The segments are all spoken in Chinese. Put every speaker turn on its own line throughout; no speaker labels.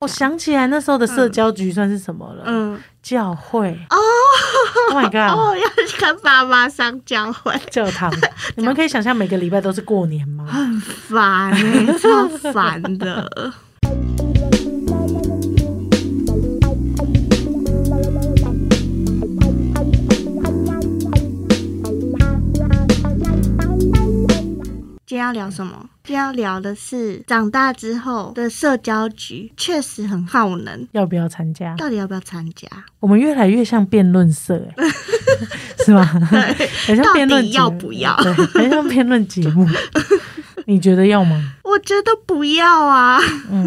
我想起来那时候的社交局算是什么了？
嗯，
教会哦、o h my god，
哦，要跟爸妈上 教啊会，
教堂！你们可以想象每个礼拜都是过年吗？
很烦、 欸，超烦的。今天要聊什么？今天要聊的是长大之后的社交局，确实很耗能。
要不要参加？
到底要不要参加？
我们越来越像辩论社、欸， 是吗？ 很像辩论
到底
节
要不要
对，很像辩论节 目。你觉得要吗？
我觉得不要啊！
嗯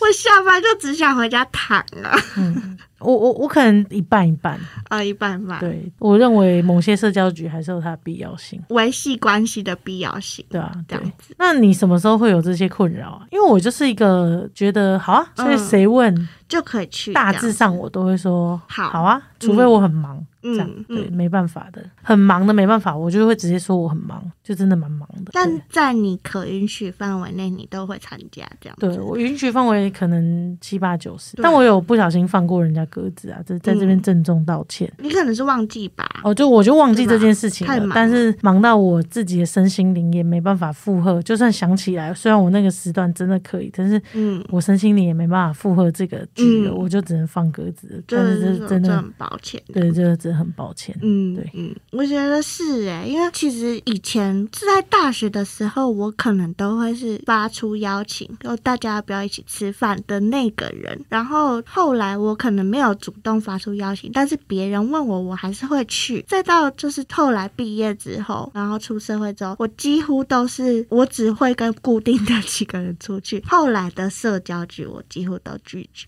我下班就只想回家躺啊，
嗯，我我我可能一半一半。
啊，一般般。
对我认为某些社交局还是有它的必要性。
维系关系的必要性。
对啊，
这
对
样。
那你什么时候会有这些困扰啊？因为我就是一个觉得好啊，
嗯
所以谁问，
就可以去
大
这样
致上我都会说
好
啊，除非我很忙，这样
嗯
对，
嗯。
没办法的，很忙的没办法，我就会直接说我很忙，就真的蛮忙的。
但在你可允许范围内，你都会参加这样子。
对对我允许范围可能七八九十，
对
但我有不小心放过人家鸽子啊，这在这边
嗯
郑重道歉。
你可能是忘记吧。
哦，就我就忘记这件事情
对吧
了
太忙，了
但是忙到我自己的身心灵也没办法负荷。就算想起来，虽然我那个时段真的可以，但是
嗯，
我身心灵也没办法负荷这个剧了，
嗯
我就只能放鸽子了。
这
但是这
这
真
这
的，
很抱歉。
对，这真的很抱歉。
嗯，
对
嗯，我觉得是哎、因为其实以前是在大学的时候，我可能都会是发出邀请，然后大家要不要一起吃饭的那个人。然后后来我可能没有主动发出邀请，但是别人问我，我还是会去。再到就是后来毕业之后，然后出社会之后，我几乎都是我只会跟固定的几个人出去，后来的社交局我几乎都拒绝。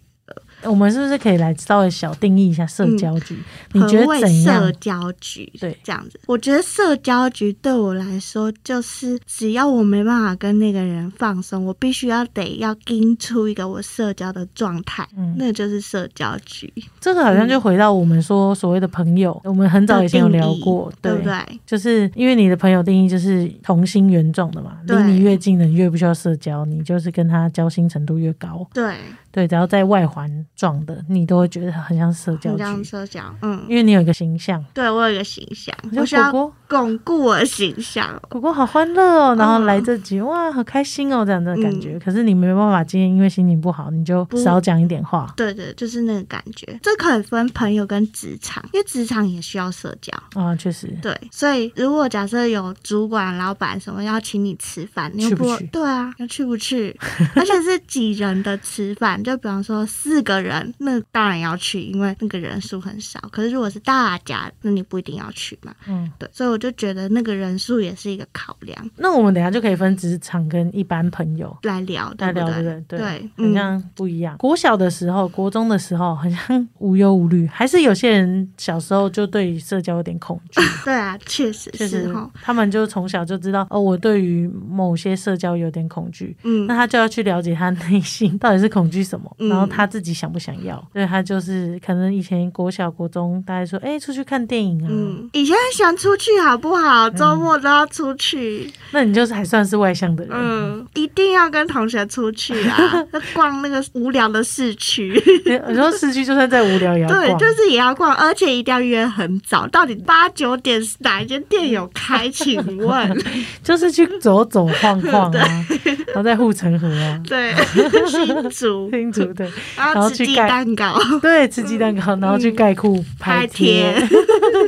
我们是不是可以来稍微小定义一下社交局？你
何
觉
谓
得怎
嗯社
样？
交局，
对，
这样子。我觉得社交局对我来说，就是只要我没办法跟那个人放松，我必须要得要盯出一个我社交的状态，
嗯
那就是社交局。
这个好
嗯
像就回到我们说所谓的朋友，我们很早以前有聊过，
对
对
不对？
就是因为你的朋友定义就是同心圆状的嘛，离
对
你越近的你越不需要社交，你就是跟他交心程度越高。
对，
对，只要在外环撞的，你都会觉得很像社交
这样
局，
社交，嗯，
因为你有一个形象。
对我有一个形象，我
就
需要
果果，
巩固我的形象。
果果好欢乐哦，然后
嗯
来这集、哇，好开心哦，这样的感觉。可是你没办法，今天因为心情不好，你就
不
少讲一点话
对对，就是那个感觉。这可以分朋友跟职场，因为职场也需要社交。
啊，确实。
对，所以如果假设有主管、老板什么要请你吃饭，你
去
又
不
不
去
对啊，你去不去？ 而且是几人的吃饭，就比方说四个人，那当然要去，因为那个人数很少。可是如果是大家，那你不一定要去嘛。
嗯，
对，所以我就觉得那个人数也是一个考量
那我们等一下就可以分职场跟一般朋友。
来聊，对
来
不
聊对
对？
不对？
对
很
嗯
像不一样。国小的时候，国中的时候，好像无忧无虑，还是有些人小时候就对社交有点恐惧。 哦
对啊，确实
确
是
实
哈。，
他们就从小就知道哦，我对于某些社交有点恐惧，
嗯
那，他就要去了解他内心到底是恐惧什么，
嗯
然后他自己想不想要。所以他就是可能以前国小、国中，大家说，哎、出去看电影啊，
嗯，以前很喜欢出去，好不好？
嗯
周末都要出去。
那你就是还算是外向的人，
嗯，一定要跟同学出去啊，要逛那个无聊的市区。
你说市区就算再无聊也要
对，
逛，
就是也要逛，而且一定要约很早。到底八九点哪一间店有开？请问？
就是去走走晃晃 啊，然后在护城河啊，
对，新竹，
清楚对
然
然后
后吃
去
鸡
盖
蛋糕、
对，吃鸡蛋糕，然后去盖库
嗯拍
拍
贴
贴。，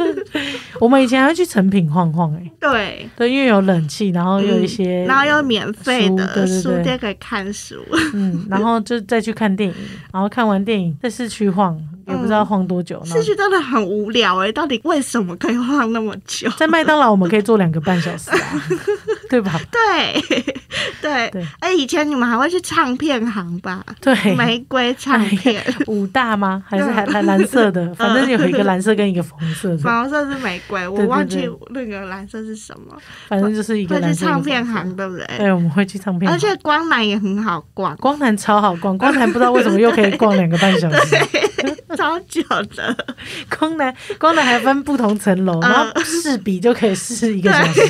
我们以前还会去成品晃晃、欸，
对，嗯
对，因为有冷气，然后又有一些，
然后又免费
书对
的
对对
书店可以看书。
嗯，然后就再去看电影，然后看完电影在市区晃，也不知道晃多久，然
市
后
区真的很无聊哎、到底为什么可以晃那么久？
在麦当劳我们可以坐两个半小时啊， 对吧？
对，对，
对
哎、以前你们还会去唱片行吧？
对，
玫瑰唱片，
五大吗？还是
嗯
还蓝蓝色的？反正有一个蓝色跟一个红色的，
黄色是玫瑰，
对
我
对
忘记
对
那个蓝色是什么。
反正就是一个
会
蓝
去
色。一个
唱
红色
片行，对不对？
对，我们会去唱片
而
行。
且光南也很好逛，
光南超好逛，光南不知道为什么又可以逛两个半小 时。
超久的。
光南光南还分不同层楼，
嗯
然后试笔就可以试一个小时。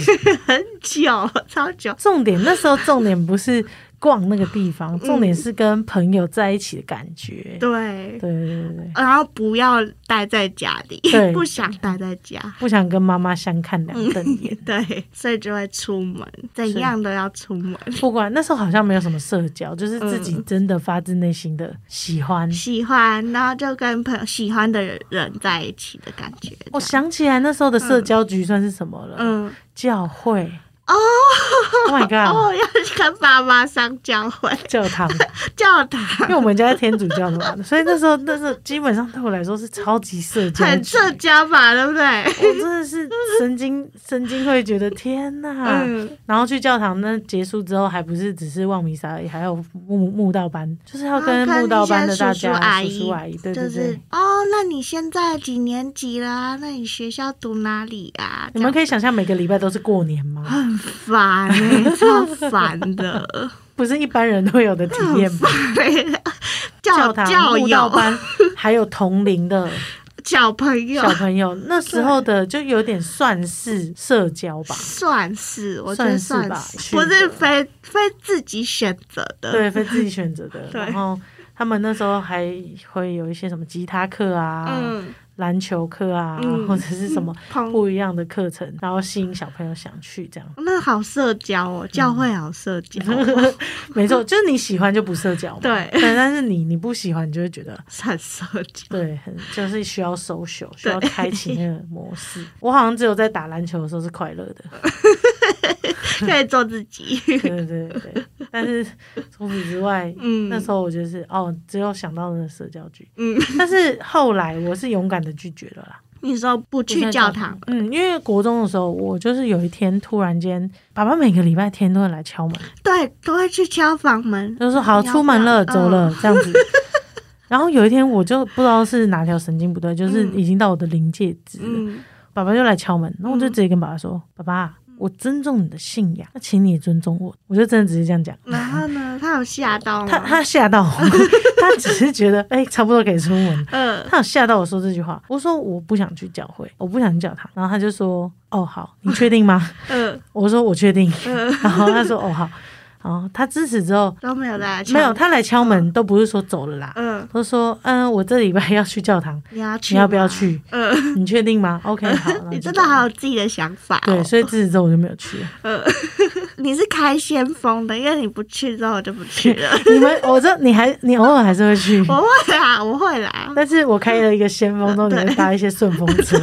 很久，超久。
重点那时候重点不是逛那个地
嗯
方，重点是跟朋友在一起的感觉。
对，
对对对对，
然后不要待在家里
对，
不想待在家。
不想跟妈妈相看两瞪眼。
对，所以就会出门，怎样都要出门。
不管那时候好像没有什么社交，就是自己真的发自内心的喜欢。
喜欢，然后就跟朋友喜欢的人在一起的感觉。
我想起来那时候的社交局算是什么了？
嗯，
教会。哦、oh my god！
哦，要跟爸妈上教会
教堂，
教
因为
堂，
我们家是天主教的嘛，所以那时候那时候基本上对我来说是超级社交
很
局
社交吧，对不对？
我真的是神经神经会觉得天哪，
嗯
然后去教堂那结束之后，还不是只是望弥撒而已，还有慕慕道班，就是要跟
啊跟
慕道班的
一些
大
叔叔
家
阿
叔叔
姨
阿姨，对
就
对
是
对。
哦，那你现在几年级了啊？那你学校读哪里啊？
你们
这样
可以想象每个礼拜都是过年吗？
很 烦、欸，超烦的，
不是一般人都有的体验吧？
教
堂
教
慕道
友
班，还有同龄 的
小朋友
小朋友，那时候的就有点算是社交吧，
算是，我觉
算是
得算
吧
是，
去
不是
的
非非自己选择的。
对，非自己选择的。
呃 对
然后他们那时候还会有一些什么吉他课啊，
嗯，
篮球课啊，
嗯
或者是什么
朋
不一样的课程，然后吸引小朋友想去这样。
那好社交哦，教会
嗯
好社交哦，
没错，就是你喜欢就不社交嘛。
对
但是你你不喜欢，你就会觉得
很社交。
对，很就是需要 social，需要开启那个模式。 我好像只有在打篮球的时候是快乐 的，
可以做自己。
对对对对。但是除此之外，
嗯，
那时候我就是哦，只有想到了社交局。
嗯，
但是后来我是勇敢的拒绝了啦。
你说不去教堂，
嗯，因为国中的时候，我就是有一天突然间，爸爸每个礼拜天都会来敲门，
对，都会去敲房门。
就说好
你要嗯
出门了，
不要
走了、这样子。 然后有一天我就不知道是哪条神经不对，就是
嗯
已经到我的临界值了。
嗯，
爸爸就来敲门，然后我就直接跟爸爸说：“爸爸，我尊重你的信仰，那请你也尊重我。”我就真的直接这样讲。
然后 呢，他有吓到吗？
他他吓到我，他只是觉得哎、差不多可以出门，
呃，
他有吓到我说这句话，我说我不想去教会，我不想去教堂。然后他就说：“哦，好，你确定吗
呃，？”
我说：“我确定。”
嗯
然后他说：“哦，好。”然后他支持之后，
都没有来敲，
没有，他来敲门都不是说走了啦，
嗯，
他说：“嗯，我这礼拜要去教堂，
你要去，
你要不要？去？
呃，
你确定吗？”OK，好。 然后
你
就
真的
走了
好有自己的想法哦。
对，所以自此之后我就没有去 了。
你是开先锋的，因为你不去之后我就不去 了。
你们，我知道你还你偶尔还是会去，
啊 我会啦，我会啦，
但是我开了一个先锋之后，你会搭一些顺风车。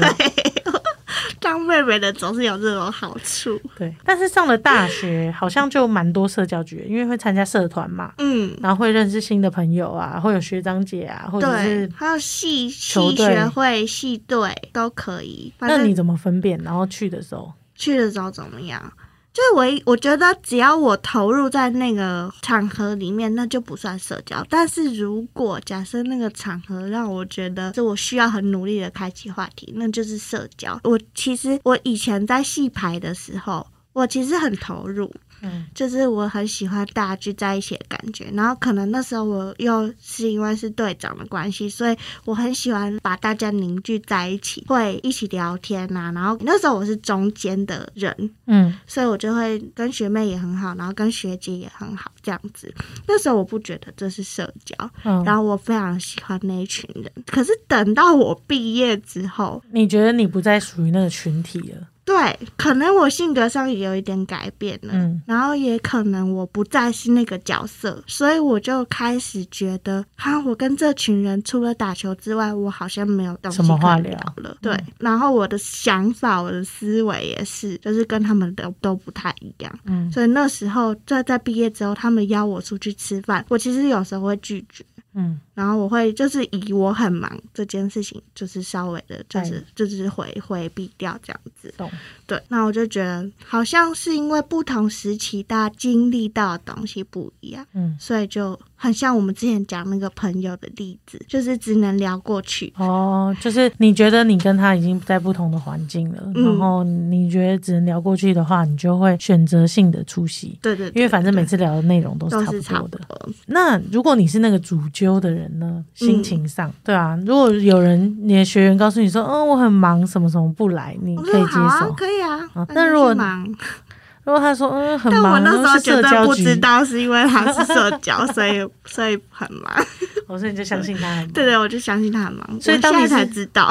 当妹妹的总是有这种好处。
对，但是上了大学好像就蛮多社交局的，因为会参加社团嘛，
嗯，
然后会认识新的朋友啊，会有学长姐啊，或者
对
是，
还有戏
球
戏
队
学会、戏队都可以。反
那
正
你怎么分辨？然后去的时候，
去的时候怎么样？就是我一我觉得只要我投入在那个场合里面，那就不算社交。但是如果假设那个场合让我觉得是我需要很努力的开启话题，那就是社交。我其实我以前在戏排的时候，我其实很投入，
嗯，
就是我很喜欢大家聚在一起的感觉，然后可能那时候我又是因为是队长的关系，所以我很喜欢把大家凝聚在一起，会一起聊天呐、然后那时候我是中间的人，
嗯，
所以我就会跟学妹也很好，然后跟学姐也很好这样子。那时候我不觉得这是社交，
嗯
然后我非常喜欢那一群人。可是等到我毕业之后，
你觉得你不再属于那个群体了？
对，可能我性格上也有一点改变了，
嗯
然后也可能我不再是那个角色，所以我就开始觉得，哈，我跟这群人除了打球之外，我好像没有东西
什么话
可以
聊嗯
聊了。对，然后我的想法、我的思维也是，就是跟他们都都不太一样。
嗯
所以那时候在在毕业之后，他们邀我出去吃饭，我其实有时候会拒绝。
嗯，
然后我会就是以我很忙这件事情，就是稍微的，
哎
就是就是回回避掉这样子。
懂。
对，那我就觉得好像是因为不同时期大家经历到的东西不一样，
嗯，
所以就很像我们之前讲那个朋友的例子，就是只能聊过去。
哦，就是你觉得你跟他已经在不同的环境了，
嗯
然后你觉得只能聊过去的话，你就会选择性的出席。
对对对
因为反正每
对
次聊的内容都
都
是
是
差
差
不
不嗯
多的，
多。
那如果你是那个主揪的人呢？心情上，对啊，如果有人你的学员告诉你说，嗯，我很忙，什么什么不来，你
我
可以
说
接
好啊
受，。
可以啊
好。
那
那
就
如果
去忙
如果他说嗯很
但
忙，
我那时候
是社
绝对
交
不
局
知，道是因为他是社交，所以 所以很忙。
我说你就相信他很忙。
对对，我就相信他很忙，
所以
我
当
现
你
在才
是嗯
知道。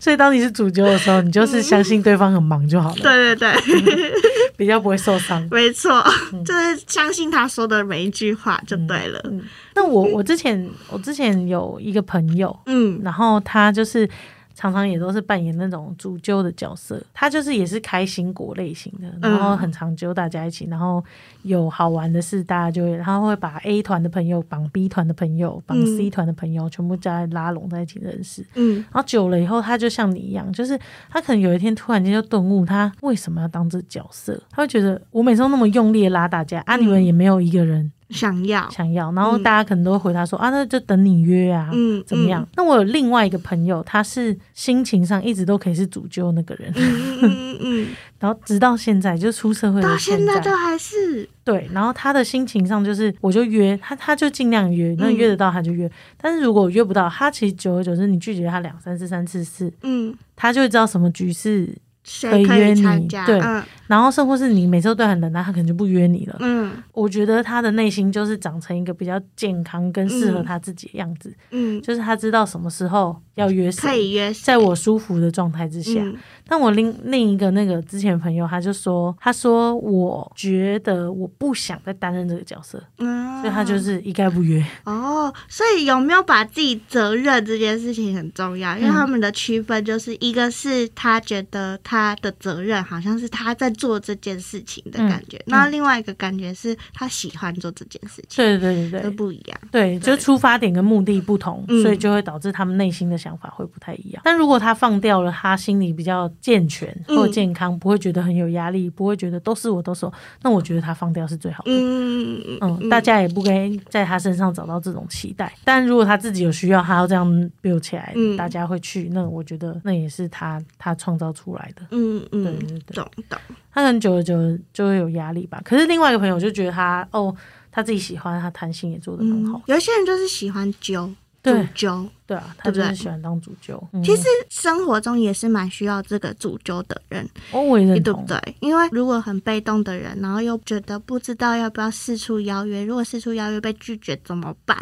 所以当你是主角的时候，你就是相信对方很忙就好了，
嗯对对对，
比较不会受伤。
没错，就是相信他说的每一句话就对了。
嗯，那我我之前我之前有一个朋友，
嗯
然后他就是常常也都是扮演那种主揪的角色，他就是也是开心果类型的，然后很常揪大家一起，然后有好玩的事，大家就会，他会把 A 团的朋友绑 B 团的朋友，绑
嗯
C 团的朋友，全部加拉拢在一起认识。
嗯
然后久了以后，他就像你一样，就是他可能有一天突然间就顿悟，他为什么要当这角色？他会觉得我每次都那么用力的拉大家，啊，你们也没有一个人
想要，
想要，然后大家可能都会回他说、啊，那就等你约啊，
嗯，
怎么样？那我有另外一个朋友，他是心情上一直都可以是主揪那个人，
嗯？嗯嗯嗯
然后直到现在，就出社会
嗯，
了
到
现
现
在
在，都还是
对，然后他的心情上就是，我就约他，他就尽量约，那
嗯
约得到他就约，但是如果约不到，他其实久而久之，你拒绝他两三次、三次四，
嗯，
他就会知道什么局势，
谁可
可以约
以
你
参加？
对
嗯
然后甚或是你每次都对他很冷淡，他可能就不约你了。
嗯
我觉得他的内心就是长成一个比较健康跟适合他自己的样子，
嗯，
就是他知道什么时候要约
可
谁，
以约谁，
在我舒服的状态之下。
嗯
但我另另一个那个之前朋友，他就说，他说我觉得我不想再担任这个角色，
嗯，
所以他就是一概不 约。
哦，所以有没有把自己责任这件事情很重要，因为
嗯
他们的区分就是一个是他觉得他的责任好像是他在做这件事情的感
嗯
觉，那、另外一个感觉是他喜欢做这件事情，
对对对
都
对
不一样。
对，就出发点跟目的不同，
嗯
所以就会导致他们内心的想法会不太一样。但如果他放掉了，他心里比较健全
嗯
或健康，不会觉得很有压力，不会觉得都是我都是我，那我觉得他放掉是最好的。
嗯嗯
嗯，大家也不该在他身上找到这种期待。但如果他自己有需要，他要这样 build 起来，
嗯
大家会去，那我觉得那也是他他创造出来的。
嗯
对
嗯，
对对，
懂懂。
他可能久而久之就会有压力吧。可是另外一个朋友就觉得他哦，他自己喜欢，他弹性也做得很好。
嗯，有些人就是喜欢揪。
对
主揪，
对啊，他就
对不
是
对
喜欢当主角。嗯
其实生活中也是蛮需要这个主揪的人，
哦，我也认
对
同
不。对？因为如果很被动的人，然后又觉得不知道要不要四处邀约，如果四处邀约被拒绝怎么办？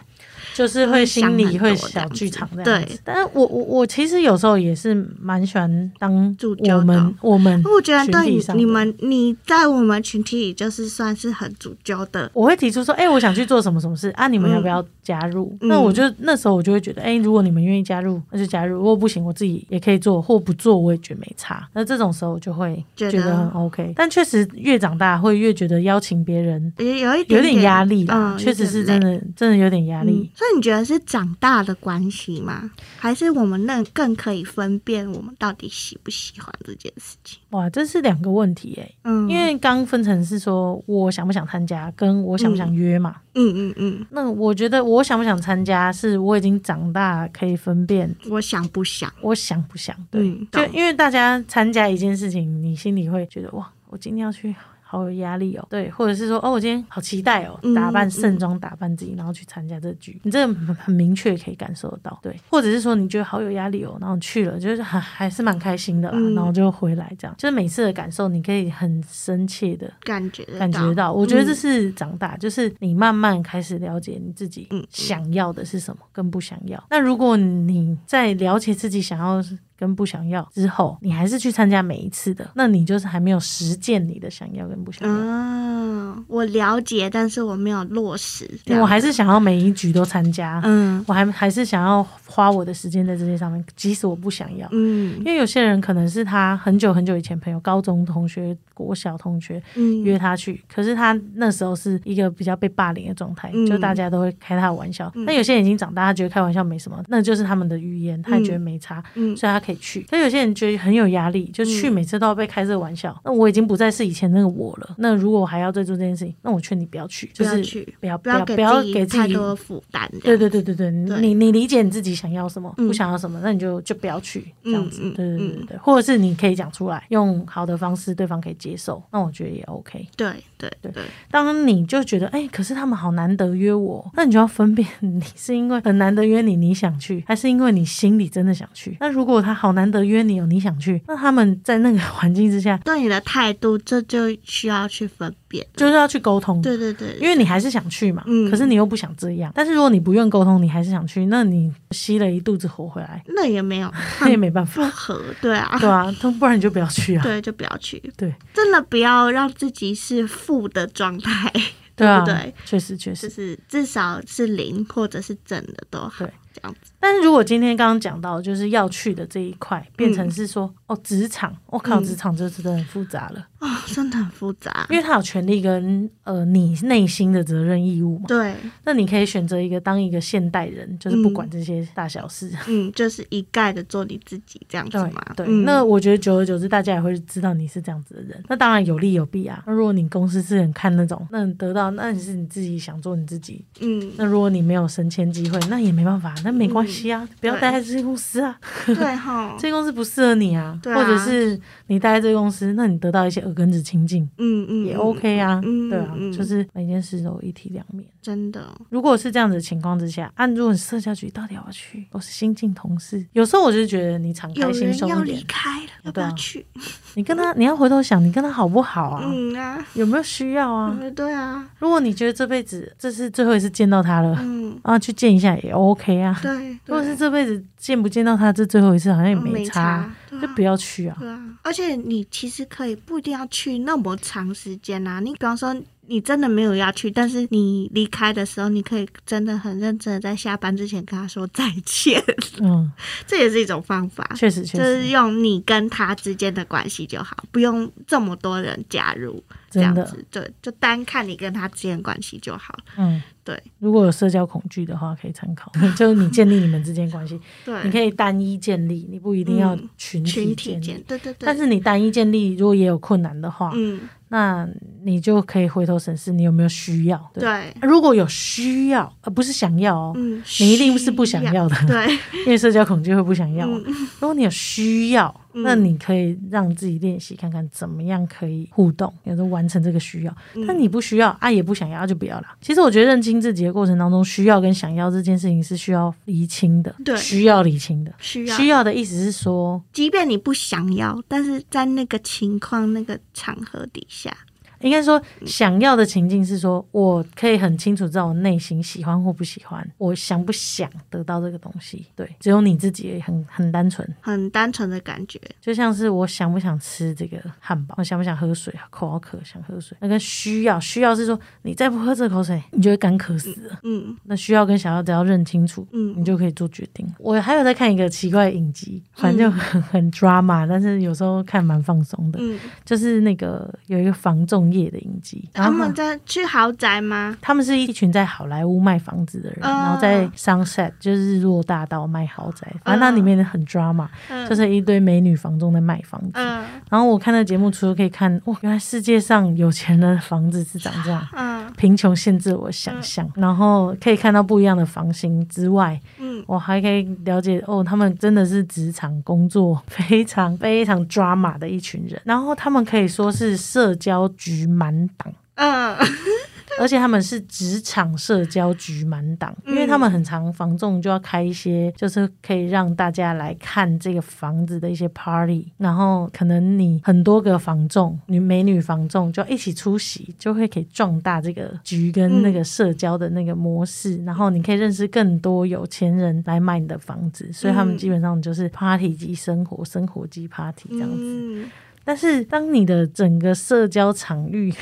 就是会心里会小剧场这样
对
子，但是我我我其实有时候也是蛮喜欢当
主角的
我们我们
我觉得对
群体
你
上的
你们你在我们群体里就是算是很主揪的，
我会提出说，哎、我想去做什么什么事啊，你们要不要加入？
嗯
那我就那时候我就会觉得，哎、如果你们愿意加入，那就加入；如果不行，我自己也可以做，或不做我也觉得没差。那这种时候我就会
觉
觉
得
得很 OK。但确实越长大会越觉得邀请别人
也有一
有
点
点压力啦，
嗯，
确、实是
有点
真
累。
的真的有点压力
嗯。，所以你觉得是长大的关系吗？还是我们更更可以分辨我们到底喜不喜欢这件事情？
哇，这是两个问题哎、
嗯，
因为刚分成是说我想不想参加，跟我想不想约嘛。
嗯嗯嗯，
那我觉得我想不想参加，是我已经长大可以分辨
我想不想？
我想不想。对，
嗯
就
懂
因为大家参加一件事情，你心里会觉得哇，我今天要去。好有压力哦，对，或者是说，哦，我今天好期待哦，
嗯
打扮
嗯
盛装打扮自己，然后去参加这局，你这个很很明确可以感受得到，对，或者是说你觉得好有压力哦，然后去了，就是还还是蛮开心的啦，
嗯
然后就回来这样，就是每次的感受，你可以很深切的
感觉得
感觉
到，
到，我觉
嗯
得这是长大，就是你慢慢开始了解你自己
嗯嗯
想要的是什么，跟不想要。那如果你在了解自己想要跟不想要之后，你还是去参加每一次的，那你就是还没有实践你的想要跟不想要。
嗯，我了解，但是我没有落实。这样
我还是想要每一局都参加，
嗯
我还还是想要花我的时间在这些上面，即使我不想要。因
嗯
为有些人可能是他很久很久以前朋友，高中同学、国小同学，
嗯，
约他去，可是他那时候是一个比较被霸凌的状态，
嗯
就大家都会开他的玩笑。那、有些人已经长大，他觉得开玩笑没什么，那就是他们的语言，他也觉得没差，
嗯
所以他可以去。可有些人觉得很有压力，就去
嗯
每次都要被开这个玩笑。那我已经不再是以前那个我了。那如果我还要再做这件事情，那我劝你不要去，就
不要
是
去
不要
不
不
要
要
给
不要给自
太
己。
多负担。这
对
样
对对对对，
对
你你理解你自己想要什么，
嗯
不想要什么，那你就就不要去这样子。
嗯嗯
对对对
嗯
对对，或者是你可以讲出来，用好的方式，对方可以接受，那我觉得也 OK。
对对
对
对，
当你就觉得，哎、可是他们好难得约我，那你就要分辨你是因为很难得约你，你想去，还是因为你心里真的想去。那如果他 好难得约你哦，你想去？那他们在那个环境之下，
对你的态度，这就需要去分辨。
就是要去沟通。
对对对，
因为你还是想去嘛，
嗯
可是你又不想这样。但是如果你不愿沟通，你还是想去，那你吸了一肚子火回 来，
那也没有
那也没办法
不，合，对啊，
对啊，那不然你就不要去啊，
对，就不要去，
对
真的不要让自己是负的状态，
啊，
对不对？
确实确
就
实。
是至少是零或者是整的都好
对，
这样子。
但是如果今天刚刚讲到，就是要去的这一块，变成是说、哦，职场，我、靠，
嗯
职场就真的很复杂了，
哦，真的很复杂
因。为它有权利跟呃你内心的责任义务嘛。
对，
那你可以选择一个当一个现代人，就是不管这些大小 事。
嗯，就是一概的做你自己这样子
对
嘛。
对，
嗯
那我觉得久而久之，大家也会知道你是这样子的人。那当然有利有弊啊。那如果你公司是很看那种，那你得到，那你是你自己想做你自己。
嗯，
那如果你没有升迁机会，那也没办法，那没关系啊，不要
嗯对
待在这些公司啊，
对哈，
这些公司不适合你啊，
对啊
或者是你待在这个公司，那你得到一些耳根子清净。
嗯嗯
也
嗯
OK 啊，
嗯
对啊，
嗯
就是每件事都一体两面。
真的，
如果是这样子的情况之下，啊按、如果你社交局到底要不要去？我是新进同事，有时候我就觉得你敞
有
开心
人
胸
要
一
离
点，
开了，要不
对啊
要去？
你跟他，你要回头想，你跟他好不好啊？
嗯啊，
有没有需要啊？
嗯 对啊，
如果你觉得这辈子这是最后一次见到他了，
嗯，
啊，去见一下也 OK 啊。
对。
如果
对
是这辈子见不见到他这最后一次，好像也
嗯没
差，，
对
就
啊
不要去啊。
对啊，而且你其实可以不一定要去那么长时间啊。你比方说，你真的没有要去，但是你离开的时候，你可以真的很认真的在下班之前跟他说再见，
嗯，
这也是一种方法。
确实确
就是
实，
用你跟他之间的关系就好，不用这么多人加入，这
真
样
的，
子对，就单看你跟他之间的关系就好。
嗯，
对。
如果有社交恐惧的话，可以参考， 就是你建立你们之间关系，你
对，
可以单一建立，你不一定要
嗯
群
群
体
体
建立。
间，对对对。
但是你单一建立，如果也有困难的话，
嗯，
那你就可以回头审视你有没有需要。对，
对，
如果有需要，而不是想要哦，
嗯，
你一定是不想
需
要的，
对，
因为社交恐惧会不想要啊、
嗯
如果你有需要，
嗯
那你可以让自己练习看看怎么样可以互动，也就完成这个需要。
嗯
但你不需要啊，也不想要，就不要啦。其实我觉得认清自己的过程当中，需要跟想要这件事情是需要厘清的，
对
需要厘清的。
需要
需要的意思是说，
即便你不想要，但是在那个情况、那个场合底下，
应该说
嗯
想要的情境是说，我可以很清楚知道我内心喜欢或不喜欢，我想不想得到这个东西。对，只有你自己也很很单纯，
很单纯的感觉，
就像是我想不想吃这个汉堡，我想不想喝水，口好渴，想喝水。那跟需要，需要是说你再不喝这口水，你就会干渴死了。
嗯
那需要跟想要只要认清楚，你
嗯，
就可以做决定。我还有在看一个奇怪的影集，反正就很很 drama，但是有时候看蛮放松的。
嗯，
就是那个有一个房仲业的影集，然
他
后
们在去豪 宅吗？
他们是一群在好莱坞卖房子的人，
嗯
然后在 Sunset 就是日落大道卖豪宅，反正那里面很 drama，、
嗯
就是一堆美女房仲在卖房子。
嗯
然后我看那节目，除了可以看，哇，原来世界上有钱人的房子是长这样，
嗯
贫穷限制我想象，然后可以看到不一样的房型之外，
嗯，
我还可以了解哦，他们真的是职场工作非常非常 drama 的一群人，然后他们可以说是社交局满档。
嗯，
而且他们是职场社交局满档，因为他们很常房仲就要开一些，就是可以让大家来看这个房子的一些 party，然后可能你很多个房仲，女美女房仲就一起出席，就会可以壮大这个局跟那个社交的那个模式，然后你可以认识更多有钱人来买你的房子，所以他们
嗯
基本上就是 party 及生活，生活及 party 这样子。
嗯
但是当你的整个社交场域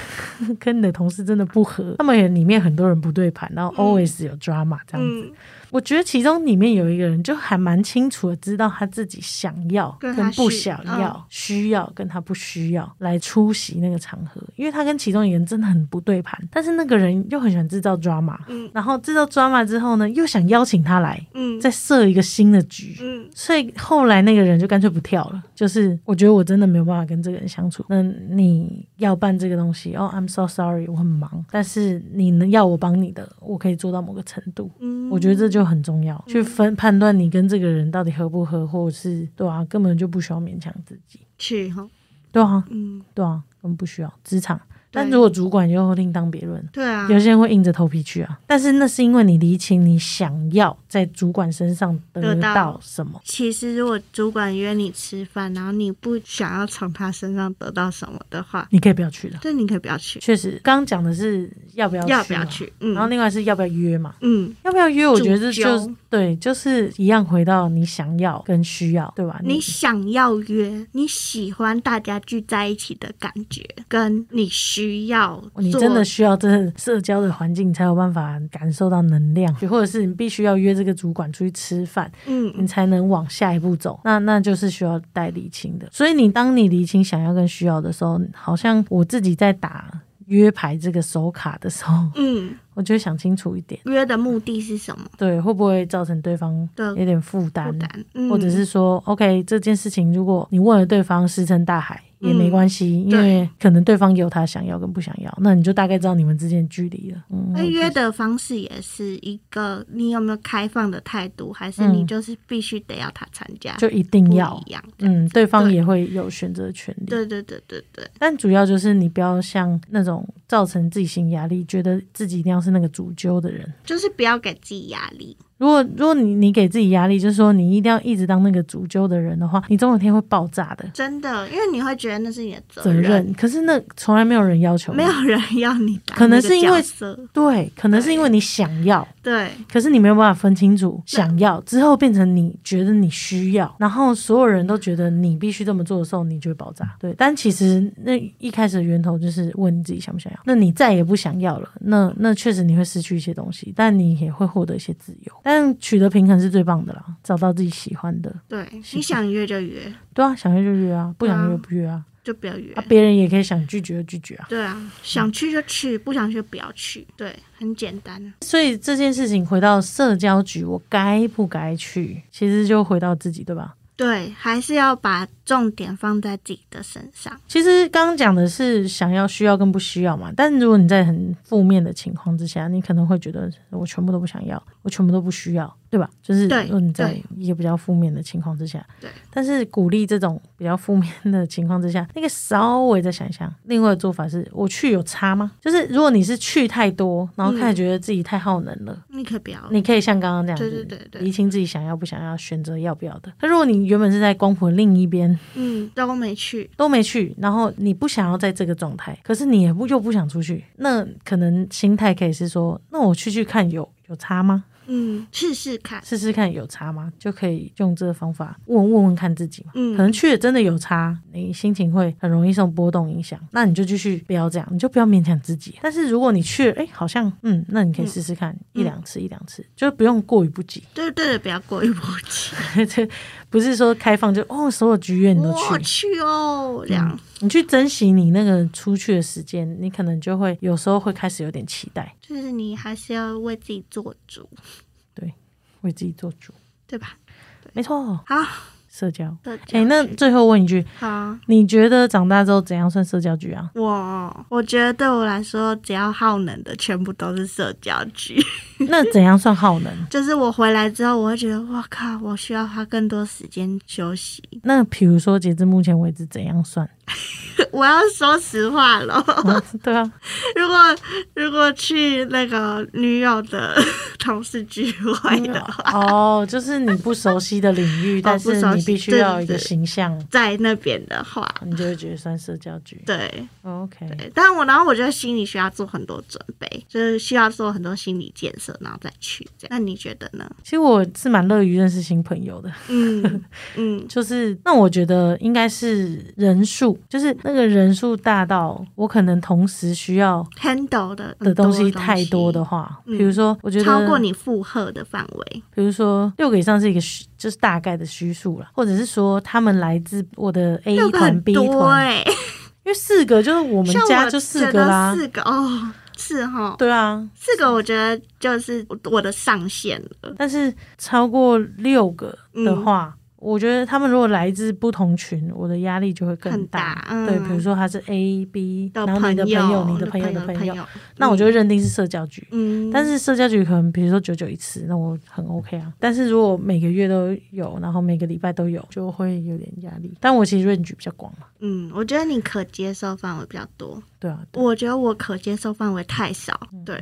跟你的同事真的不合，他们也里面很多人不对盘，然后
嗯
always 有 drama 这样子。
嗯，
我觉得其中里面有一个人就还蛮清楚的知道他自己想要
跟
跟
他
不
需嗯
想要、需要跟他不需要来出席那个场合，因为他跟其中一个人真的很不对盘，但是那个人又很喜欢制造 drama，、
嗯
然后制造 drama 之后呢，又想邀请他来
嗯
再设一个新的局，
嗯
所以后来那个人就干脆不跳了，就是我觉得我真的没有办法跟这个人相处。那你要办这个东西，哦、i m so sorry，我很忙，但是你能要我帮你的，我可以做到某个程度。
嗯，
我觉得这就很重要，去分判断你跟这个人到底合不合，或者是对啊，根本就不需要勉强自己，
去哈，
对啊，
嗯，
对啊，根本不需要职场。但如果主管又另当别论。
对啊，
有些人会硬着头皮去啊，但是那是因为你厘清你想要在主管身上得
得
到
到
什么。
其实如果主管约你吃饭，然后你不想要从他身上得到什么的话，
你可以不要去了。
这你可以不要去，
确实，刚刚讲的是要不要去嘛
要不要？去？嗯，
然后另外是要不要约嘛？
嗯，
要不要约？我觉得
主
就是
揪
对，就是一样回到你想要跟需要，对吧？
你想要约，你喜欢大家聚在一起的感觉，跟你需要做，
哦你真的需要这社交的环境，才有办法感受到能量，或者是你必须要约这个主管出去吃饭，你
嗯，
才能往下一步走。那那就是需要带理清的。所以你当你理清想要跟需要的时候，好像我自己在打约牌这个手卡的时候，
嗯，
我就会想清楚一点，
约的目的是什么？
对，会不会造成对方
的
有点负担
嗯负，担，嗯
或者是说，OK，这件事情如果你问了对方石沉大海。也没
嗯
关系，因
对
为可能对方有他想要跟不想要，那你就大概知道你们之间的距离了。嗯，
那
我觉
约
得
的方式也是一个，你有没有开放的态度，还是你
嗯
就是必须得要他参加？
就一定
不
要，
一样的。
嗯，对方
对
也会有选择权利。
对对对对对，
但主要就是你不要像那种造成自己心理压力，觉得自己一定要是那个主揪的人。
就是不要给自己压力。
如果如果你你给自己压力，就是说你一定要一直当那个主揪的人的话，你总有一天会爆炸的
真的，因为你会觉得那是你的
责任。可是那从来没有人要求你，
没有人要你 打
可能
那个
是因为
角色
对，可能是因为你想要，
对
可是你没有办法分清楚想要之后变成你觉得你需要，然后所有人都觉得你必须这么做的时候，你就会爆炸。对，但其实那一开始的源头就是问你自己想不想要。那你再也不想要了，那那确实你会失去一些东西，但你也会获得一些自由。但取得平衡是最棒的啦，找到自己喜欢的。
对，
是
你想约就约，
对啊，想约就约啊，不想约
啊
不约啊。
就不要约
啊，。别人也可以想拒绝就拒绝啊。
对啊，想去就去，不想去就不要去。对，很简单。
所以这件事情回到社交局，我该不该去？其实就回到自己，对吧？
对，还是要把重点放在自己的身上。
其实刚刚讲的是想要、需要跟不需要嘛，但如果你在很负面的情况之下，你可能会觉得我全部都不想要，我全部都不需要，对吧？就是
对
如果你在
对
一个比较负面的情况之下，
对。
但是鼓励这种比较负面的情况之下，那个稍微再想一想，另外的做法是我去有差吗？就是如果你是去太多，然后开始
嗯
觉得自己太耗能了。
你可不要。
你可以像刚刚这样子，
对对对对
厘清自己想要不想要，选择要不要的。那如果你原本是在光谱的另一边，
嗯，都没去。
都没去，然后你不想要在这个状态，可是你也不又不想出去，那可能心态可以是说，那我去去看有有差吗？
嗯，试试看。
试试看有差吗？就可以用这个方法问问问看自己嘛。
嗯
可能去了真的有差，你心情会很容易受波动影响，那你就继续不要这样，你就不要勉强自己。但是如果你去了，哎，好像嗯，那你可以试试看、一两次一两次，就不用过于不及。
对对对，不要过于不及。
这不是说开放就哦，所有局 院你都
我
去，
去哦，这样。
你去珍惜你那个出去的时间，你可能就会有时候会开始有点期待，
就是你还是要为自己做主，
为自己做主。
对吧？
没错，
好，
社交。
对，
哎、那最后问一句，
好，
你觉得长大之后怎样算社交局 啊？
我我觉得对我来说，只要耗能的全部都是社交局。
那怎样算耗能？
就是我回来之后，我会觉得，哇靠，我需要花更多时间休息。
那比如说，截至目前为止，怎样算？
我要说实话了，
嗯对啊，
如果如果去那个女友的同事聚会的话，
哦，就是你不熟悉的领 域，但
哦不
是
熟
你
悉
必须要有一个
对对对
形象，
在那边的话，
你就会觉得算社交局。
对
OK，
对，但我然后我觉得心理需要做很多准备，就是需要做很多心理建设，然后再去这样。那你觉得呢？
其实我是蛮乐于认识新朋友的。
嗯 嗯
就是那我觉得应该是人数，就是那个人数大到我可能同时需要
，handle 的很
的东西太多的
东
话，
嗯
比如说我觉
西，
得
超过，你负荷的范围，
比如说六个以上是一个虚，就是大概的虚数了，或者是说他们来自我的 A
六个
团
很
B
多
团，
哎、
因为四个就是我们
像
家
我
就四
觉
个
得
啦，
四个哦，是哈，
对啊，
四个我觉得就是我的上限了。嗯
但是超过六个的话。我觉得他们如果来自不同群，我的压力就会更
大。嗯、
对，比如说他是 A、B，
的
然后你的朋友、你的
朋
朋友的朋
友
友，，那我就会认定是社交局。
嗯，
但是社交局可能比如说九九一次，那我很 OK 啊。但是如果每个月都有，然后每个礼拜都有，就会有点压力。但我其实 range 比较广嘛，
嗯，我觉得你可接受范围比较多，
对 啊，对
我觉得我可接受范围太少， 对，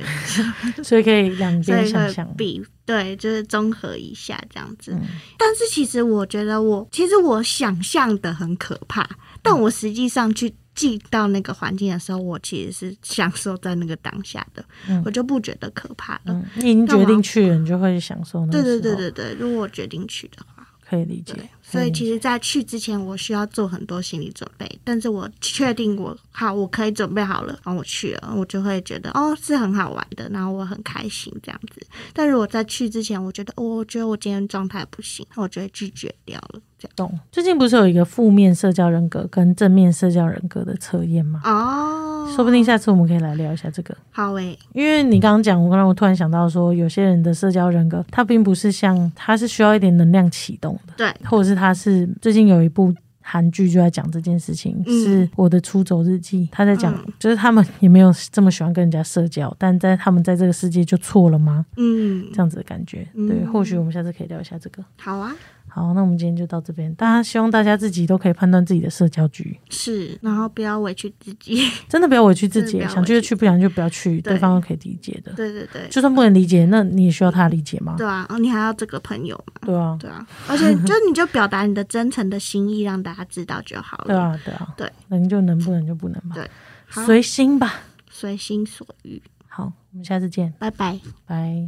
所以可以两
所
边
以
想
会
想。
比对，就是综合一下这样子。
嗯，
但是其实我觉得我，其实我想象的很可怕，
嗯
但我实际上去进到那个环境的时候，我其实是享受在那个当下的，
嗯
我就不觉得可怕了。
嗯，哦你已经决定去了，你就会享受那个
对
时
对
候。
对对对，如果我决定去的话，
可以理解
对。。所以其实，在去之前，我需要做很多心理准备。但是我确定我好，我可以准备好了，然后我去了，我就会觉得哦，是很好玩的，然后我很开心这样子。但如果在去之前，我觉得、哦、我觉得我今天状态不行，那我就会拒绝掉了。这样
懂。最近不是有一个负面社交人格跟正面社交人格的测验吗？
哦，
说不定下次我们可以来聊一下这个，
好欸诶、
因为你刚刚讲，我让我突然想到说，有些人的社交人格，他并不是像，他是需要一点能量启动的，
对，
或者是他是最近有一部。韩剧就在讲这件事情，
嗯
是我的出走日记。他在讲，
嗯
就是他们也没有这么喜欢跟人家社交，但在他们在这个世界就错了吗？
嗯
这，样子的感觉，对。
嗯
或许我们下次可以聊一下这个。
好啊，
好，那我们今天就到这边。大家希望大家自己都可以判断自己的社交局，
是，然后不要委屈自 己，
真的不要委屈自
真
己，
的不要
想去就去，不想就不要去，
对
对方都可以理解的。
对对对。
就算不能理解，那你也需要他理解吗？
对啊，哦，你还要这个朋友嘛？
对啊，
对 啊，而且就你就表达你的真诚的心意，让大家知道就好了。
对，啊，对啊，
对，
能就能，不能就不能吧
对，好
随心吧。
随心所欲。
好，我们下次见，
拜拜。
拜。